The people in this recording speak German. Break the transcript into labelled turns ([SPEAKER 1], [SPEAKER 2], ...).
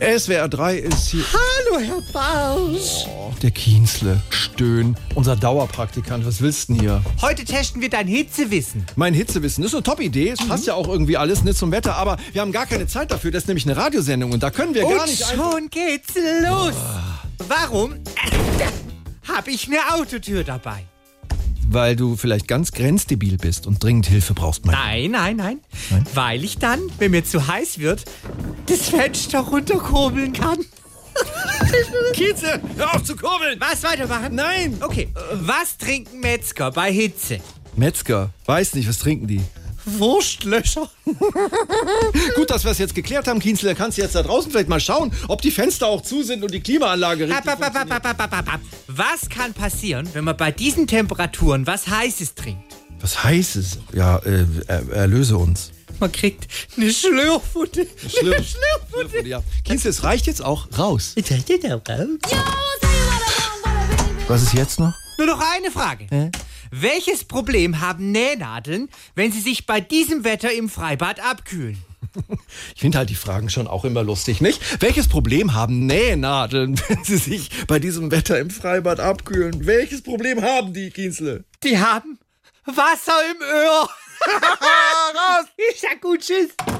[SPEAKER 1] SWR 3 ist hier.
[SPEAKER 2] Hallo, Herr Baus.
[SPEAKER 1] Oh, der Kienzle, Stöhn, unser Dauerpraktikant. Was willst du denn hier?
[SPEAKER 2] Heute testen wir dein Hitzewissen.
[SPEAKER 1] Mein Hitzewissen ist eine Top-Idee. Es passt ja auch irgendwie alles nicht zum Wetter, aber wir haben gar keine Zeit dafür. Das ist nämlich eine Radiosendung und da können wir gar
[SPEAKER 2] Und
[SPEAKER 1] nicht. einfach-
[SPEAKER 2] schon geht's los. Oh. Warum habe ich eine Autotür dabei?
[SPEAKER 1] Weil du vielleicht ganz grenzdebil bist und dringend Hilfe brauchst, mein.
[SPEAKER 2] Nein, nein, nein, Weil ich dann, wenn mir zu heiß wird, das Fenster runterkurbeln kann.
[SPEAKER 1] Kienzle, hör auf zu kurbeln!
[SPEAKER 2] Was weitermachen?
[SPEAKER 1] Nein!
[SPEAKER 2] Okay. Was trinken Metzger bei Hitze?
[SPEAKER 1] Metzger, weiß nicht, was trinken die?
[SPEAKER 2] Wurstlöscher.
[SPEAKER 1] Gut, dass wir es jetzt geklärt haben, Kienzle. Da kannst du jetzt da draußen vielleicht mal schauen, ob die Fenster auch zu sind und die Klimaanlage richtig.
[SPEAKER 2] Ab, ab, ab, ab, ab, ab, ab, ab, ab. Was kann passieren, wenn man bei diesen Temperaturen was Heißes trinkt?
[SPEAKER 1] Was heißt es? Ja, äh, er, erlöse uns.
[SPEAKER 2] Man kriegt eine Schlürfwunde.
[SPEAKER 1] Schlürf-
[SPEAKER 2] Eine Schlürfwunde.
[SPEAKER 1] Ja. Kienzle, es reicht jetzt auch raus.
[SPEAKER 2] Ich dachte, da raus.
[SPEAKER 1] Was ist jetzt noch?
[SPEAKER 2] Nur noch eine Frage. Welches Problem haben Nähnadeln, wenn sie sich bei diesem Wetter im Freibad abkühlen?
[SPEAKER 1] Ich finde halt die Fragen schon auch immer lustig, nicht? Welches Problem haben Nähnadeln, wenn sie sich bei diesem Wetter im Freibad abkühlen? Welches Problem haben die, Kienzle?
[SPEAKER 2] Die haben Wasser im Öhr. Raus. Ich sag gut Tschüss.